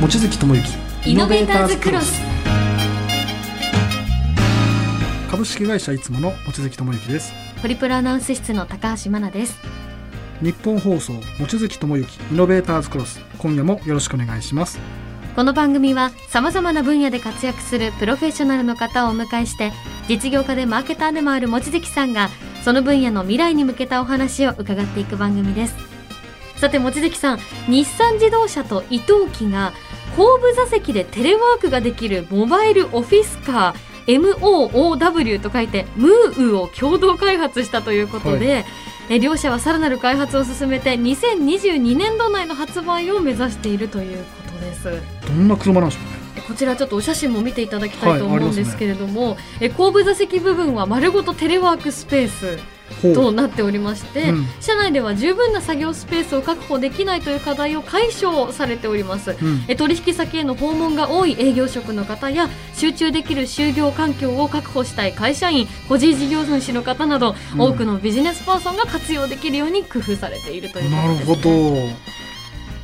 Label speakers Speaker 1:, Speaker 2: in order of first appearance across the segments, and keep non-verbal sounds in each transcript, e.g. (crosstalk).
Speaker 1: 望月智之
Speaker 2: イノベーターズクロス
Speaker 1: 株式会社いつもの望月智之です
Speaker 2: ホリプロアナウンス室の高橋真奈です
Speaker 1: 日本放送望月智之イノベーターズクロス今夜もよろしくお願いします
Speaker 2: この番組はさまざまな分野で活躍するプロフェッショナルの方をお迎えして実業家でマーケターでもある望月さんがその分野の未来に向けたお話を伺っていく番組ですさて望月さん日産自動車と伊藤機が後部座席でテレワークができるモバイルオフィスカー MOOW と書いてムーウを共同開発したということで、え両社はさらなる開発を進めて2022年度内の発売を目指しているということです。
Speaker 1: どんな車なんでしょうね
Speaker 2: こちらちょっとお写真も見ていただきた
Speaker 1: はいい
Speaker 2: と思
Speaker 1: あり
Speaker 2: う
Speaker 1: ま
Speaker 2: ん
Speaker 1: すね
Speaker 2: ですけれども、え後部座席部分は丸ごとテレワークスペース
Speaker 1: ほう
Speaker 2: となっておりまして、
Speaker 1: うん
Speaker 2: 社内では十分な作業スペースを確保できないという課題を解消されております。
Speaker 1: うん
Speaker 2: え取引先への訪問が多い営業職の方や集中できる就業環境を確保したい会社員個人事業主の方など、
Speaker 1: うん
Speaker 2: 多くのビジネスパーソンが活用できるように工夫されているというこ
Speaker 1: な
Speaker 2: と
Speaker 1: る
Speaker 2: です、
Speaker 1: ほど、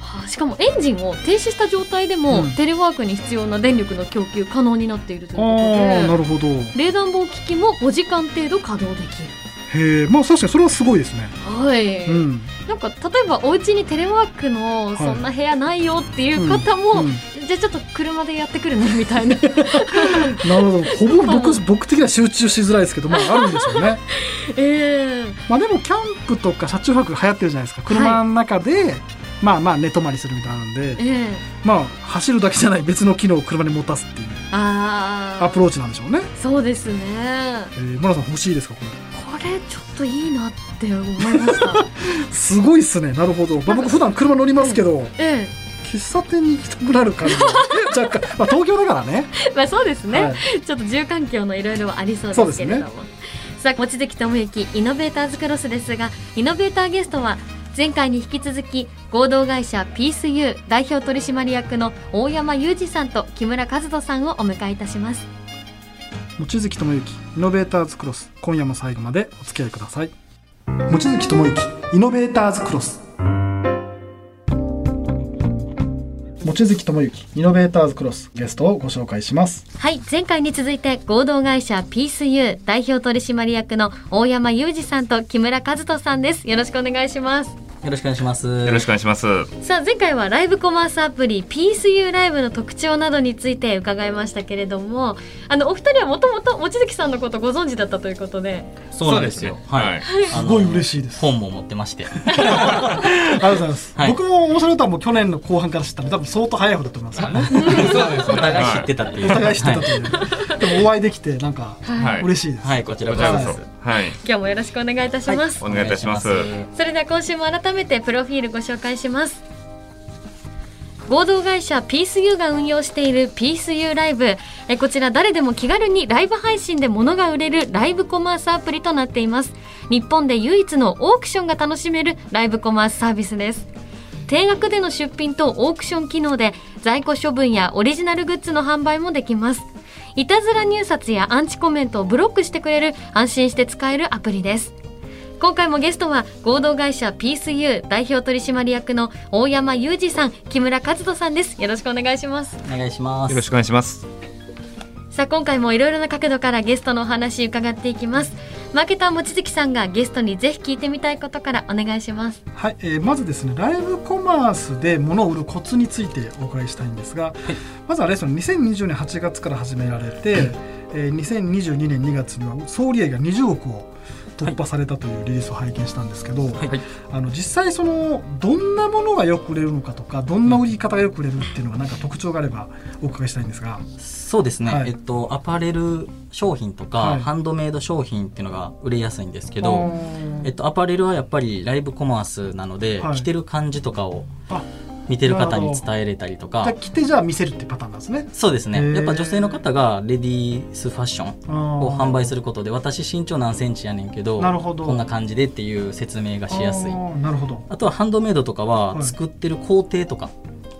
Speaker 2: はあしかもエンジンを停止した状態でも、
Speaker 1: うん
Speaker 2: テレワークに必要な電力の供給可能になっているということ
Speaker 1: ああな
Speaker 2: で
Speaker 1: るほど
Speaker 2: 冷暖房機器も5時間程度稼働できる。
Speaker 1: へえまあ確かにそれはすごいですね
Speaker 2: はい、
Speaker 1: うん
Speaker 2: なんか例えばお家にテレワークのそんな部屋ないよっていう方
Speaker 1: う
Speaker 2: も、
Speaker 1: ん
Speaker 2: じゃあちょっと車でやってくるねみた
Speaker 1: (laughs)
Speaker 2: いな
Speaker 1: なるほどほぼ僕僕的には集中しづらいですけどまああるんでしょうね
Speaker 2: ええ
Speaker 1: まあでもキャンプとか車中泊流行ってるじゃないですか車の中で、まあまあ寝泊まりするみたいなので、
Speaker 2: ええ
Speaker 1: まあ走るだけじゃない別の機能を車に持たすっていう
Speaker 2: ああ
Speaker 1: アプローチなんでしょうね、
Speaker 2: そうですね
Speaker 1: えー、村さん欲しいですかこれ
Speaker 2: これちょっといいなって思いました
Speaker 1: (laughs) すごいっすねなるほど、まあ、僕普段車乗りますけど
Speaker 2: え
Speaker 1: 喫茶店に行きたくなる感じ (laughs) 若干、まあ、東京だからね
Speaker 2: えまあそうですね、
Speaker 1: はい
Speaker 2: ちょっと住環境のいろいろはありそう
Speaker 1: そうで
Speaker 2: で
Speaker 1: すす
Speaker 2: け
Speaker 1: ね
Speaker 2: れども、さあ望月智之イノベーターズクロスですがイノベーターゲストは前回に引き続き合同会社ピース U 代表取締役の大山裕二さんと木村和人さんをお迎えいたします
Speaker 1: 望月智之イノベーターズクロス今夜も最後までお付き合いください望月智之イノベーターズクロス望月智之イノベーターズクロスゲストをご紹介します
Speaker 2: はい前回に続いて合同会社ピース U 代表取締役の大山裕二さんと木村和人さんですよろしくお願いします
Speaker 3: よろしくお願いします。
Speaker 4: よろしくお願いします。
Speaker 2: さあ前回はライブコマースアプリピース U ライブの特徴などについて伺いましたけれどもあのお二人はもともと望月さんのことご存知だったということで
Speaker 3: そうなんですよ。はい。す
Speaker 1: すごい嬉しいです
Speaker 3: 本も持ってま
Speaker 4: (laughs)
Speaker 3: して。
Speaker 1: ありがとうございます、
Speaker 3: はい
Speaker 1: 僕も面白いとはもう去年の後半から知ったんで多分相当早い方だと思いますよね
Speaker 3: お互い知ってたっていう。
Speaker 1: お互い知ってた
Speaker 3: は
Speaker 1: という、でもお会いできてなんか
Speaker 4: はい。
Speaker 1: 嬉しいです、
Speaker 3: はい、こちら
Speaker 4: こ
Speaker 3: こ
Speaker 4: ちらこ
Speaker 3: そ
Speaker 4: そ
Speaker 3: です。。
Speaker 4: はい。
Speaker 2: 今日もよろしくお願いいたします、
Speaker 4: お願いいたします。
Speaker 3: お
Speaker 4: は
Speaker 3: 願いし
Speaker 2: それでは今週も改めてプロフィールご紹介します合同会社ピース U が運用しているピース U ライブえこちら誰でも気軽にライブ配信で物が売れるライブコマースアプリとなっています日本で唯一のオークションが楽しめるライブコマースサービスです定額での出品とオークション機能で在庫処分やオリジナルグッズの販売もできますいたずら入札やアンチコメントをブロックしてくれる安心して使えるアプリです今回もゲストは合同会社ピース U 代表取締役の大山裕二さん木村和人さんですよろしくお願いします
Speaker 3: ますお願いしま
Speaker 4: い
Speaker 3: す。
Speaker 4: よろしくお願いします。
Speaker 2: さあ今回もいろいろな角度からゲストのお話伺っていきますマーケター望月さんがゲストにぜひ聞いてみたいことからお願いします
Speaker 1: はい、えーまずですねライブコマースで物を売るコツについてお伺いしたいんですが、まずあれですよね2020年8月から始められて、えー2022年2月には総利益が20億を突破されたというリリースを拝見したんですけど、
Speaker 3: はい。
Speaker 1: あの実際そのどんなものがよく売れるのかとかどんな売り方がよく売れるっていうのがなんか特徴があればお伺いしたいんですが、
Speaker 3: そうですね、
Speaker 1: はい
Speaker 3: えっと、アパレル商品とか、
Speaker 1: はい
Speaker 3: ハンドメイド商品っていうのが売れやすいんですけ
Speaker 1: あ
Speaker 3: ど、
Speaker 1: ー
Speaker 3: えっと、アパレルはやっぱりライブコマースなので、
Speaker 1: はい
Speaker 3: 着てる感じとかを
Speaker 1: あ
Speaker 3: 見てる方に伝えれたりと
Speaker 1: じゃあ
Speaker 3: か、
Speaker 1: 来てじゃあ見せるってパターンなんですね。
Speaker 3: そうです
Speaker 1: へー
Speaker 3: ね。やっぱ女性の方がレディースファッションを販売す
Speaker 1: る
Speaker 3: ることで私身長何センチやねんけど
Speaker 1: なるほど
Speaker 3: こんな感じでっていう説明がしやすいあ
Speaker 1: なるほど、
Speaker 3: とはハンドメイドとか
Speaker 1: は
Speaker 3: はい作ってる工程とか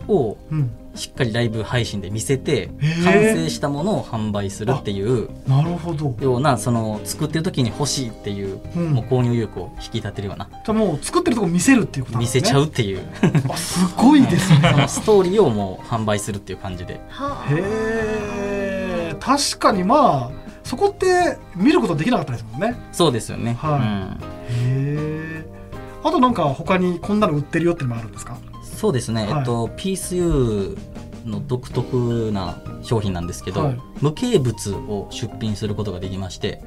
Speaker 3: を
Speaker 1: うん、
Speaker 3: しっかりライブ配信で見せて
Speaker 1: ー
Speaker 3: 完成したものを販売するっていう
Speaker 1: なるほど
Speaker 3: ようなその作ってる時に欲しいっていう,、
Speaker 1: うん
Speaker 3: もう購入意欲を引き立てるような
Speaker 1: じゃあもう作ってるとこ見せるっていうことなんで
Speaker 3: 見
Speaker 1: すね
Speaker 3: せちゃうっていう
Speaker 1: あすごいですね
Speaker 3: そのストーリーをもう販売するっていう感じで
Speaker 2: はあ
Speaker 1: へえ確かにまあそこって見ることできなかったですもんね
Speaker 3: そうですよね、
Speaker 1: はへえあとなんか他にこんなの売ってるよってのもあるんですか
Speaker 3: うん、そうですね、
Speaker 1: はい
Speaker 3: えっとピースユーの独特な商品なんですけど、
Speaker 1: はい
Speaker 3: 無形物を出品することができまして
Speaker 1: へ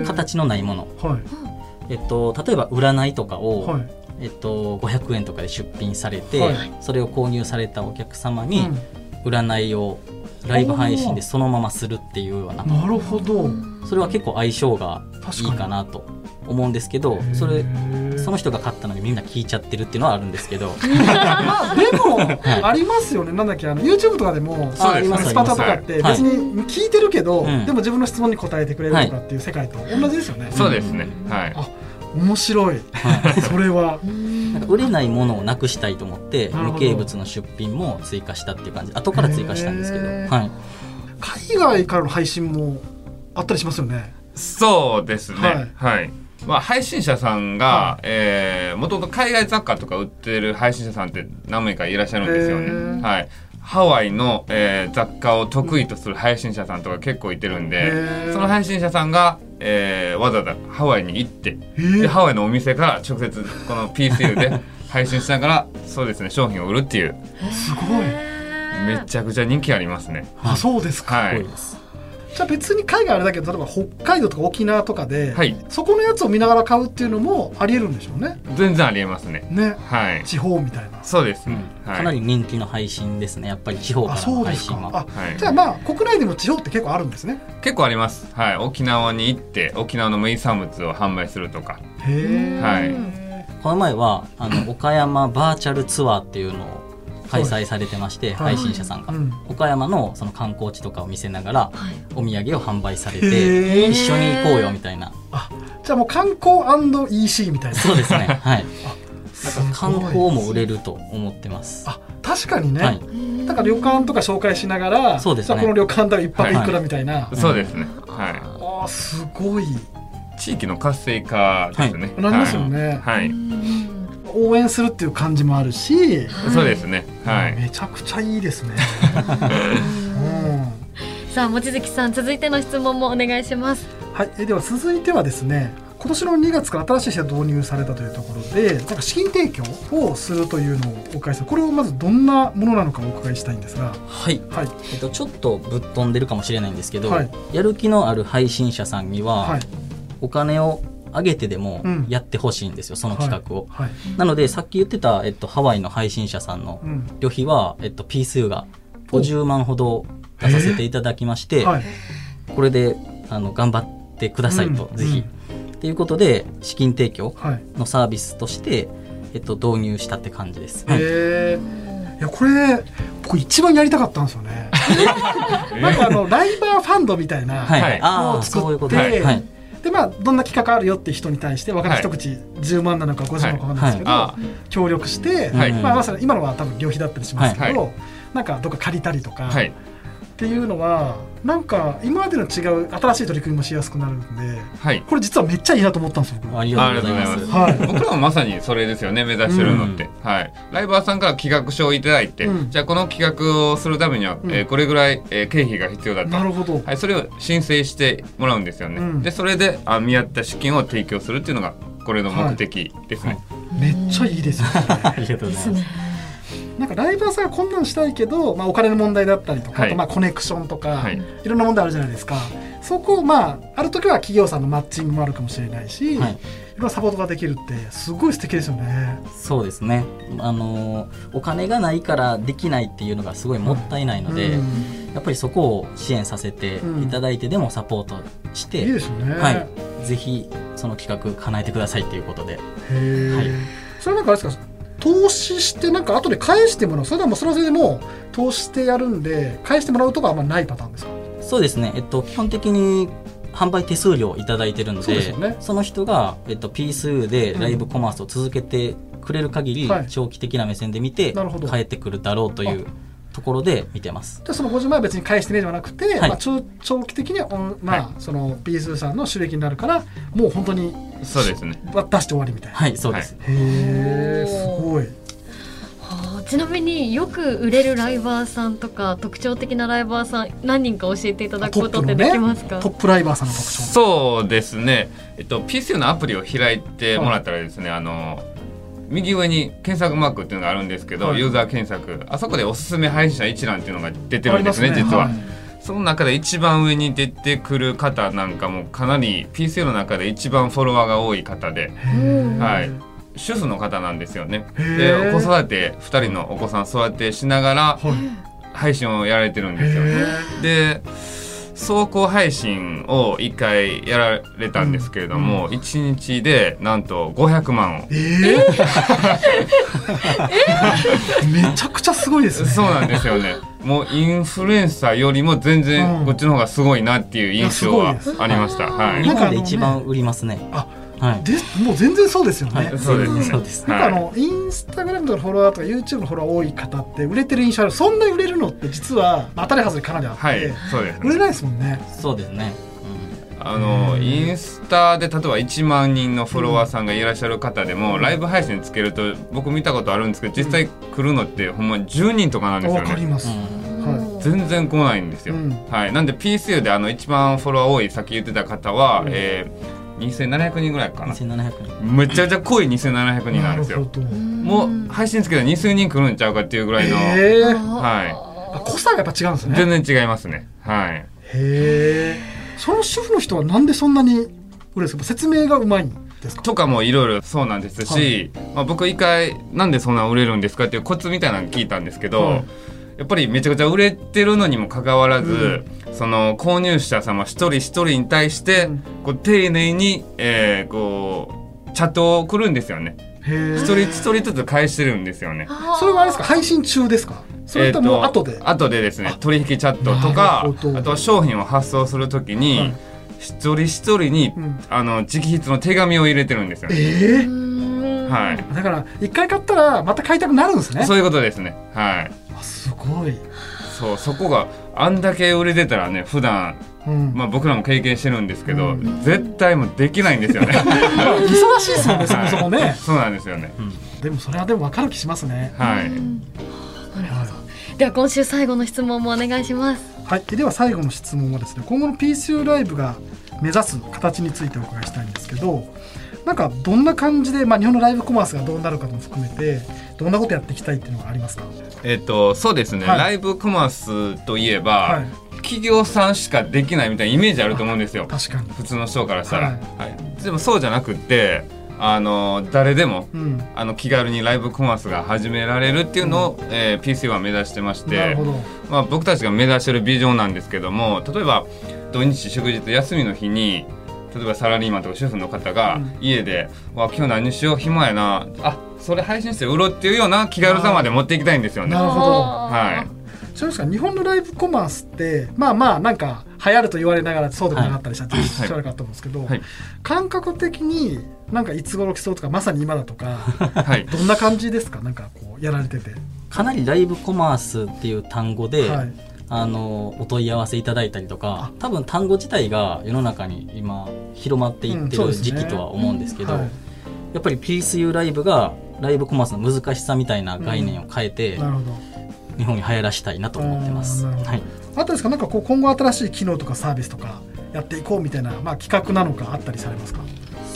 Speaker 1: え
Speaker 3: 形のないもの、
Speaker 1: はい
Speaker 3: えっと、例えば占いとかを、
Speaker 1: はい
Speaker 3: えっと、500円とかで出品されて、
Speaker 1: はい
Speaker 3: それを購入されたお客様に
Speaker 1: うん
Speaker 3: 占いをライブ配信でそのままするっていうような
Speaker 1: なるほど
Speaker 3: それは結構相性がいいかなと思うんですけどそれその人が勝ったのにみんな聞いちゃってるっていうのはあるんですけど
Speaker 1: まあでもありますよねなんだっけあの YouTube とかでも
Speaker 4: そうですね
Speaker 1: あのスパタとかって
Speaker 3: はい
Speaker 1: 別に聞いてるけど、
Speaker 3: うん
Speaker 1: でも自分の質問に答えてくれるとかっていう世界と同じですよね、
Speaker 4: そうですね。はい。
Speaker 1: 面白いそれは
Speaker 3: なんか売れないものをなくしたいと思って
Speaker 1: なるほど
Speaker 3: 無形物の出品も追加したっていう感じ後から追加したんですけど、
Speaker 1: へー
Speaker 3: はい、
Speaker 1: 海外からの配信もあったりしますよね
Speaker 4: そうですね。
Speaker 1: はい
Speaker 4: はい。まあ、配信者さん
Speaker 1: は
Speaker 4: が、えー、もともと海外雑貨とか売ってる配信者さんって何名かいらっしゃるんですよ
Speaker 1: へー
Speaker 4: ね。はい。ハワイの、えー、雑貨を得意とする配信者さんとか結構いてるん
Speaker 1: へ
Speaker 4: で、
Speaker 1: ー
Speaker 4: その配信者さんが、えー、わざわざハワイに行って、
Speaker 1: え
Speaker 4: で、
Speaker 1: ー
Speaker 4: ハワイのお店から直接この PCU で配信しながら、そうですね、商品を売るっていう、
Speaker 1: すごい
Speaker 4: めちゃくちゃ人気ありますね。
Speaker 1: あそうですか、
Speaker 4: は
Speaker 3: 多い
Speaker 4: い。
Speaker 3: です
Speaker 1: じゃあ別に海外あれだけど例えば北海道とか沖縄とかで、
Speaker 4: はい
Speaker 1: そこのやつを見ながら買うっていうのもありえるんでしょうね
Speaker 4: 全然ありえますね。
Speaker 1: ね
Speaker 4: はい。
Speaker 1: 地方みたいな
Speaker 4: そうです
Speaker 3: うん
Speaker 4: ね。はい。
Speaker 3: かなり人気の配信ですねやっぱり地方か
Speaker 1: あ
Speaker 3: ら
Speaker 1: そ
Speaker 3: の
Speaker 1: うで
Speaker 3: 配
Speaker 1: す
Speaker 3: 信
Speaker 1: か
Speaker 3: は
Speaker 1: あ
Speaker 4: はい
Speaker 1: じゃあまあ国内でも地方って結構あるんですね
Speaker 4: 結構あります。はい、沖縄に行って沖縄の名産物を販売するとか。
Speaker 1: へえ、
Speaker 4: はい
Speaker 3: この前は
Speaker 1: (laughs)
Speaker 3: あの岡山バーチャルツアーっていうのを開催されてまして
Speaker 1: はい
Speaker 3: 配信者さんが、
Speaker 1: うん
Speaker 3: 岡山のその観光地とかを見せながら
Speaker 2: はい
Speaker 3: お土産を販売されて
Speaker 1: へえ
Speaker 3: 一緒に行こうよみたいな
Speaker 1: じゃあもう観光 &EC みたいな
Speaker 3: そうですねはい
Speaker 1: すごい
Speaker 3: 観光も売れると思ってます
Speaker 1: あ確かにね、
Speaker 3: はい
Speaker 1: だから旅館とか紹介しながら
Speaker 3: そうです
Speaker 1: じ
Speaker 3: ね
Speaker 1: ゃあこの旅館だら一泊いくらみたいな、
Speaker 3: ん
Speaker 4: そうですね。は
Speaker 1: あーすごい
Speaker 4: い。地域の活性化ですね。
Speaker 1: なりますよね、
Speaker 4: はい。はい。
Speaker 1: 応援するっていう感じもあるし、
Speaker 4: そうですね。はい。
Speaker 1: めちゃくちゃいいですね、うん
Speaker 2: (laughs) さあ望月さん続いての質問もお願いします
Speaker 1: はい、えでは続いてはですね今年の2月から新しい制度導入されたというところでなんか資金提供をするというのをお伺いするこれをまずどんなものなのかお伺いしたいんですが
Speaker 3: はい、
Speaker 1: はい
Speaker 3: えっと、ちょっとぶっ飛んでるかもしれないんですけど、
Speaker 1: はい
Speaker 3: やる気のある配信者さんには、
Speaker 1: はい
Speaker 3: お金をあげてでも
Speaker 1: うん
Speaker 3: やってほしいんですよ、その企画を、
Speaker 1: はい、
Speaker 3: なのでさっき言ってた、えっと、ハワイの配信者さんの
Speaker 1: うん
Speaker 3: 旅費は、えっと、ピースが50万ほど出させていただきまして、
Speaker 1: はい、
Speaker 3: これであの頑張ってくださいと、
Speaker 1: うん
Speaker 3: ぜひ。ということで資金提供
Speaker 1: はい
Speaker 3: のサービスとして、えっと、導入したって感じです。はい
Speaker 1: へえいやこれ僕一番やりたかったんですよねなんかあのライバーファンドみたいな、
Speaker 3: はい、
Speaker 4: はい
Speaker 3: ああ
Speaker 1: を作って
Speaker 3: そういうことですはい
Speaker 1: でまあどんな企画あるよって人に対して分かる
Speaker 4: はい
Speaker 1: 一口10万なのか50万なのか分かんないですけど、
Speaker 4: あ、
Speaker 1: 協力して、
Speaker 4: はい
Speaker 1: まあ、まさに今のは多分旅費だったりしますけど、
Speaker 4: は
Speaker 1: なんかどっか借りたりとか、
Speaker 4: はい。
Speaker 1: っていうのはなんか今までの違う新しい取り組みもしやすくなるんで
Speaker 4: はい。
Speaker 1: これ実はめっちゃいいなと思ったんですよ僕
Speaker 3: あ
Speaker 1: は
Speaker 3: りがとうございま
Speaker 4: ありがとうござい
Speaker 3: す
Speaker 4: ま。す
Speaker 1: い
Speaker 4: 僕らもまさにそれですよね目指してるのって、はいライバーさんから企画書をいただいて、
Speaker 1: うん
Speaker 4: じゃあこの企画をするためには、
Speaker 1: うん
Speaker 4: えーこれぐらい、えー経費が必要だと
Speaker 1: なるほど、
Speaker 4: はい、それを申請してもらうんですよね。
Speaker 1: うん
Speaker 4: で、それであ見合った資金を提供するっていうのがこれの目的ですね。
Speaker 1: めっちゃいいですよ
Speaker 3: (laughs) あ
Speaker 1: ね
Speaker 3: りがとうございます。
Speaker 1: なんかライバーさんがこんなんしたいけど、まあ、お金の問題だったりとか、
Speaker 4: はい
Speaker 1: あとまあコネクションとか、、
Speaker 4: はいい、
Speaker 1: ろんな問題あるじゃないですかそこをまあある時は企業さんのマッチングもあるかもしれないし、
Speaker 3: はいい、
Speaker 1: ろんなサポートができるってすごい素敵ですよね。
Speaker 3: そうですね。あのーお金がないからできないっていうのがすごいもったいないので、
Speaker 1: うん
Speaker 3: やっぱりそこを支援させていただいてでもサポートし
Speaker 1: い
Speaker 3: て、
Speaker 1: いですよね、
Speaker 3: はいぜひその企画叶えてくださいということで
Speaker 1: へえ、
Speaker 3: はい
Speaker 1: それなんかあれですか投資してなんか後で返してもらうそれとはもうそれはそれでもう投資してやるんで返してもらうとかはあんまないパターンですか
Speaker 3: そうですね、えっと、基本的に販売手数料をいただいてるの
Speaker 1: そうで
Speaker 3: です
Speaker 1: よね
Speaker 3: の人が、えっと、ピースでライブコマースを続けてくれる限り、
Speaker 1: はい
Speaker 3: 長期的な目線で見て
Speaker 1: なるほど
Speaker 3: 帰ってくるだろうというところで見てます。
Speaker 1: じゃあその50万は別に返してねではなくて、
Speaker 3: はい
Speaker 1: まあ、長長期的にはオン、まあその P さんの収益になるからもう本当に
Speaker 4: そうですね。
Speaker 1: 出して終わりみたいな。
Speaker 3: はい、そうです。
Speaker 1: へえすごい。
Speaker 2: はあちなみによく売れるライバーさんとか特徴的なライバーさん何人か教えていただくことってできますか、
Speaker 1: トップライバーさんの特徴。
Speaker 4: そうですね。えっと PCU のアプリを開いてもらったらですね、あの右上に検索マークっていうのがあるんですけど、
Speaker 1: はい
Speaker 4: ユーザー検索あそこでおすすめ配信者一覧っていうのが出て
Speaker 1: あ
Speaker 4: る
Speaker 1: り
Speaker 4: ん
Speaker 1: ま
Speaker 4: ですすね実は、
Speaker 1: い
Speaker 4: その中で一番上に出てくる方なんかもかなり PCU の中で一番フォロワーが多い方で
Speaker 2: うん
Speaker 4: はい主婦の方なんですよね
Speaker 1: へー
Speaker 4: で子育て2人のお子さん育てしながら
Speaker 1: はい
Speaker 4: 配信をやられてるんですよね
Speaker 1: へ
Speaker 4: で走行配信を1回やられたんですけれども、一1日でなんと500万を
Speaker 1: え。ええめちゃくちゃすごいですね。
Speaker 4: そうなんですよねもうインフルエンサーよりも全
Speaker 1: うん
Speaker 4: 然こっちの方がすごいなっていう印象
Speaker 1: い
Speaker 4: は
Speaker 1: やす
Speaker 4: ありました、は
Speaker 3: 日
Speaker 4: い、
Speaker 1: なんかあ
Speaker 3: 本
Speaker 1: の
Speaker 3: で
Speaker 1: ね
Speaker 3: 一番売りますね。
Speaker 1: あ
Speaker 3: はい。
Speaker 1: でもう全然そうですよね。
Speaker 3: はい、
Speaker 4: そうですね
Speaker 3: そうです。
Speaker 1: なんかあ
Speaker 4: は
Speaker 1: の、インスタグラムとかフォロワーとか YouTube のフォロワー多い方って売れてる印象あるそんなに売れるのって実は当たり外れかなりあって、
Speaker 4: はい、そうです
Speaker 1: 売れ
Speaker 4: ね
Speaker 1: ないですもんね。
Speaker 3: そうですね。
Speaker 4: あのインスタで例えば1万人のフォロワーさんがいらっしゃる方でも、ライブ配信つけると僕見たことあるんですけど実際来るのってほんま10人とかなんです
Speaker 1: わ
Speaker 4: よ
Speaker 1: かり
Speaker 4: ね
Speaker 1: ます。
Speaker 3: うん
Speaker 1: は
Speaker 4: 全然来ないんですよ、
Speaker 1: うん
Speaker 4: はい、なんで PCU であの一番フォロワー多いさっき言ってた方は、えー、2700人ぐらいかな
Speaker 3: 2700人。
Speaker 4: めちゃめちゃ濃い2700人なんですよ
Speaker 1: ど。
Speaker 4: もう配信つけたら2000人来るんちゃうかっていうぐらいの、
Speaker 1: ええ
Speaker 4: は
Speaker 1: あ濃さがやっぱ違うんですね。
Speaker 4: 全然違いますねはい
Speaker 1: へえ。その主婦の人はなんでそんなに売れるんですか。説明がうまいんですか。
Speaker 4: とかもいろいろそうなんですし、まあ、僕一回なんでそんな売れるんですかっていうコツみたいなの聞いたんですけど、
Speaker 1: はい
Speaker 4: やっぱりめちゃくちゃ売れてるのにもかかわらず、
Speaker 1: うん
Speaker 4: その購入者様一人一人に対して、
Speaker 1: うん
Speaker 4: こう丁寧に、えーこうチャットを送るんですよね
Speaker 1: へえ
Speaker 4: 一。人一人ずつ返してるんですよね。
Speaker 1: それはあれです
Speaker 2: か
Speaker 1: か配信中ですか。それともう後で。
Speaker 4: えーと後でですね取引チャットと
Speaker 1: な
Speaker 4: か
Speaker 1: るほど
Speaker 4: あとは商品を発送するときに、
Speaker 1: はい
Speaker 4: 一人一人に、
Speaker 1: うん
Speaker 4: あの直筆の手紙を入れてるんですよね。
Speaker 1: え
Speaker 4: は
Speaker 1: え。だから一回買ったらまた買いたくなるんですね
Speaker 4: い、。そういうことですね。はい。
Speaker 1: あすごい。
Speaker 4: そうそこがあんだけ売れてたらね普段
Speaker 1: うん。
Speaker 4: まあ僕らも経験してるんですけど、
Speaker 1: うん
Speaker 4: 絶対もうできないんですよね。
Speaker 1: 忙しいですもんね (laughs) そもそも
Speaker 4: はい
Speaker 1: ね。
Speaker 4: そうなんですよね。
Speaker 1: でもそれはでも分かる気しますね。
Speaker 4: はい。
Speaker 2: では今週最後の質問もお願いします
Speaker 1: はい、では最後の質問はですね今後の PCU ライブが目指す形についてお伺いしたいんですけどなんかどんな感じで、まあ、日本のライブコマースがどうなるかも含めてどんなことやっていきたいっていうのがありますか
Speaker 4: えっ、とそうですね、
Speaker 1: はい
Speaker 4: ライブコマースといえば、
Speaker 1: はい
Speaker 4: 企業さんしかできないみたいなイメージあると思うんですよ。
Speaker 1: 確かに、
Speaker 4: 普通の人からしたら、
Speaker 1: は
Speaker 4: はいでもそうじゃなくってあの誰でも、
Speaker 1: うん、
Speaker 4: あの気軽にライブコマースが始められるっていうのを、えー PC は目指してまし
Speaker 1: なる
Speaker 4: て
Speaker 1: ほ、ど、
Speaker 4: まあ、僕たちが目指してるビジョンなんですけども例えば土日祝日休みの日に例えばサラリーマンとか主婦の方が
Speaker 1: うん
Speaker 4: 家で「わ今日何しよう暇やなあそれ配信して売ろう」っていうような気軽さまで持っていきたいんですよね。
Speaker 1: なる
Speaker 4: は
Speaker 1: ほど
Speaker 4: い、
Speaker 1: そうですか日本のライブコマースってまあまあなんか流行ると言われながらそうでもなかったりしたりし
Speaker 4: はい
Speaker 1: てなかったんですけど、
Speaker 4: はい
Speaker 1: 感覚的になんかいつ頃来そうとかまさに今だとか
Speaker 4: はい
Speaker 1: どんな感じですかなんかこうやられてて、
Speaker 3: かなりライブコマースっていう単語で、
Speaker 1: はい、
Speaker 3: あのお問い合わせいただいたりとか多分単語自体が世の中に今広まっていって
Speaker 1: うんそう
Speaker 3: る
Speaker 1: ですね
Speaker 3: 時期とは思うんですけど、
Speaker 1: はい
Speaker 3: やっぱり PCU ライブがライブコマースの難しさみたいな概念を変えて、
Speaker 1: なるほど
Speaker 3: 日本に流行らしたいなと思ってます。
Speaker 1: あーなるほど
Speaker 3: はい、
Speaker 1: あとですかなんかこう今後新しい機能とかサービスとかやっていこうみたいな、まあ、企画なのかあったりされますか、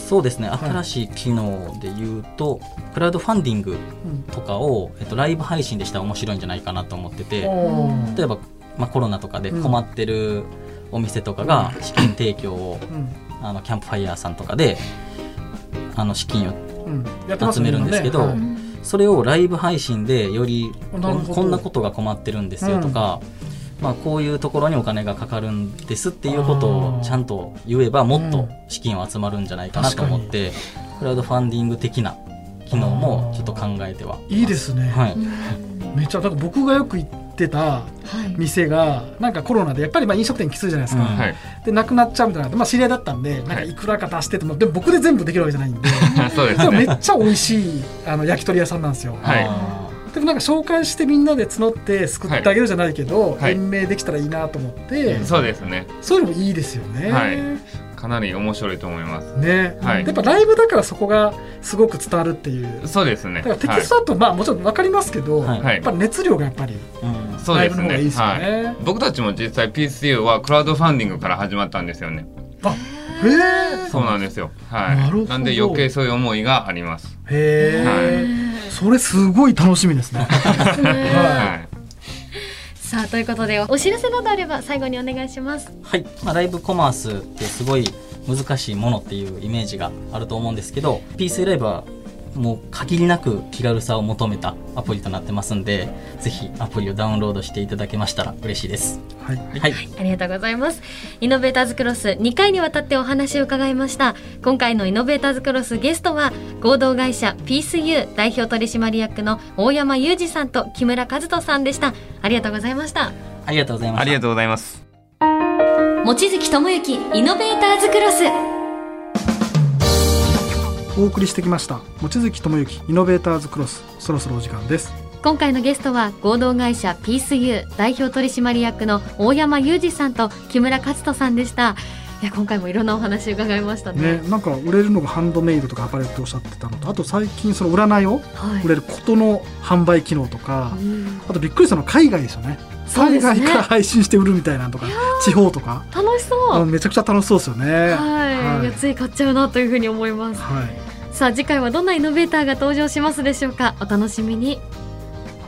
Speaker 3: そうですね
Speaker 1: い
Speaker 3: 新しい機能で言うと、クラウドファンディング
Speaker 1: うん
Speaker 3: とかを、えっと、ライブ配信でしたら面白いんじゃないかなと思ってて、
Speaker 1: おー
Speaker 3: 例えば、まあ、コロナとかで
Speaker 1: うん
Speaker 3: 困ってるお店とかが資金提供を、
Speaker 1: うん
Speaker 3: あのキャンプファイヤーさんとかであの資金を
Speaker 1: うん、やってますね
Speaker 3: 集めるんですけど
Speaker 1: 今ねはい
Speaker 2: い
Speaker 3: それをライブ配信でよりこ
Speaker 1: なる
Speaker 3: ん
Speaker 1: ほど
Speaker 3: こんなことが困ってるんですよとか、まあ、こういうところにお金がかかるんですっていうこと
Speaker 1: あー
Speaker 3: をちゃんと言えばもっ
Speaker 1: う
Speaker 3: と
Speaker 1: ん
Speaker 3: 資金は集まるんじゃないかなと思って、クラウドファンディング的な機能もちょっと考えてはいます
Speaker 1: いいですね、
Speaker 3: はい、
Speaker 1: めっちゃなんか僕がよく行ってた
Speaker 2: はい
Speaker 1: 店がなんかコロナでやっぱりまあ飲食店きついじゃないですか、
Speaker 3: うん
Speaker 4: はい、 (laughs)
Speaker 1: でなくなっちゃうみたいなのがまあ、知り合いだったんでなんかいくらか出してても、でも僕で全部できるわけじゃないんで
Speaker 4: そうで
Speaker 1: ですもめ
Speaker 4: ね。
Speaker 1: っちゃ美味しいあの焼き鳥屋さんなんですよ、
Speaker 4: はい
Speaker 3: あ
Speaker 1: でもなんか紹介してみんなで募って救ってあげるじゃないけど、
Speaker 4: はい
Speaker 1: 延命できたらいいなと思って、
Speaker 4: そうですね
Speaker 1: そういうのもいいですよね。
Speaker 4: はいかなり面白いと思います
Speaker 1: ね、
Speaker 4: はい
Speaker 1: やっぱライブだからそこがすごく伝わるっていう。
Speaker 4: そうですね
Speaker 1: だからテキストだとまあもちろんわかりますけど、
Speaker 3: はい
Speaker 4: はい
Speaker 1: やっぱ熱量がやっぱり
Speaker 3: うん
Speaker 4: そう
Speaker 1: ライ
Speaker 4: で
Speaker 1: ブ
Speaker 4: す
Speaker 1: の方がいい
Speaker 4: ね
Speaker 1: ですよ
Speaker 4: はい
Speaker 1: ね。
Speaker 4: 僕たちも実際 PCU はクラウドファンディングから始まったんですよね
Speaker 1: へえ
Speaker 4: そうなんですよはい
Speaker 1: なるほど
Speaker 4: んで余計そういう思いがあります
Speaker 1: へえ、
Speaker 2: ね
Speaker 1: それすごい楽しみですね。は
Speaker 4: はい
Speaker 2: さあということでお知らせなどあれば最後にお願いします。
Speaker 3: はい、まあ、ライブコマースってすごい難しいものっていうイメージがあると思うんですけど PC ライブはもう限りなく気軽さを求めたアプリとなってますんでぜひアプリをダウンロードしていただけましたら嬉しいです。
Speaker 1: はい、
Speaker 3: はい、
Speaker 2: ありがとうございます。イノベーターズクロス2回にわたってお話を伺いました。今回のイノベーターズクロスゲストは合同会社ピースユー代表取締役の大山裕二さんと木村和人さんでした。ありがとうございました。
Speaker 3: ありがとうございま
Speaker 5: あ
Speaker 3: し
Speaker 5: り
Speaker 3: た
Speaker 5: が。とうございます
Speaker 2: 望月智之イノベーターズクロス。
Speaker 1: お送りしてきました望月智之イノベーターズクロスそろそろお時間です。
Speaker 2: 今回のゲストは合同会社ピースユー代表取締役の大山裕二さんと木村和人さんでした。いや今回もいろんなお話伺いましたね。
Speaker 1: ね、なんか売れるのがハンドメイドとかアパレルっておっしゃってたのとあと最近その占いを
Speaker 2: はい
Speaker 1: 売れることの販売機能とか、
Speaker 2: うん
Speaker 1: あとびっくりしたのは海外ですよね
Speaker 2: そう
Speaker 1: 海
Speaker 2: ですね
Speaker 1: 外から配信して売るみたいなのとか、地方とか
Speaker 2: 楽しそう。
Speaker 1: あめちゃくちゃ楽しそうですよね
Speaker 2: はい、
Speaker 1: はい
Speaker 2: いやつい買っちゃうなというふうに思います
Speaker 1: はい
Speaker 2: さあ次回はどんなイノベーターが登場しますでしょうかお楽しみに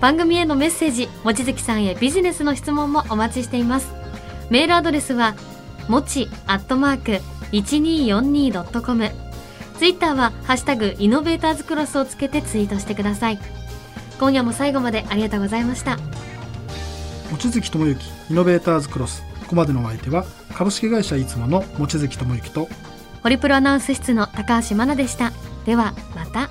Speaker 2: 番組へのメッセージ望月さんへビジネスの質問もお待ちしていますメールアドレスはもちアットマーク 1242.com ツイッターはハッシュタグイノベーターズクロスをつけてツイートしてください今夜も最後までありがとうございました
Speaker 1: 望月智之イノベーターズクロスここまでのお相手は株式会社いつもの望月智之と
Speaker 2: ホリプロアナウンス室の高橋真奈でしたではまた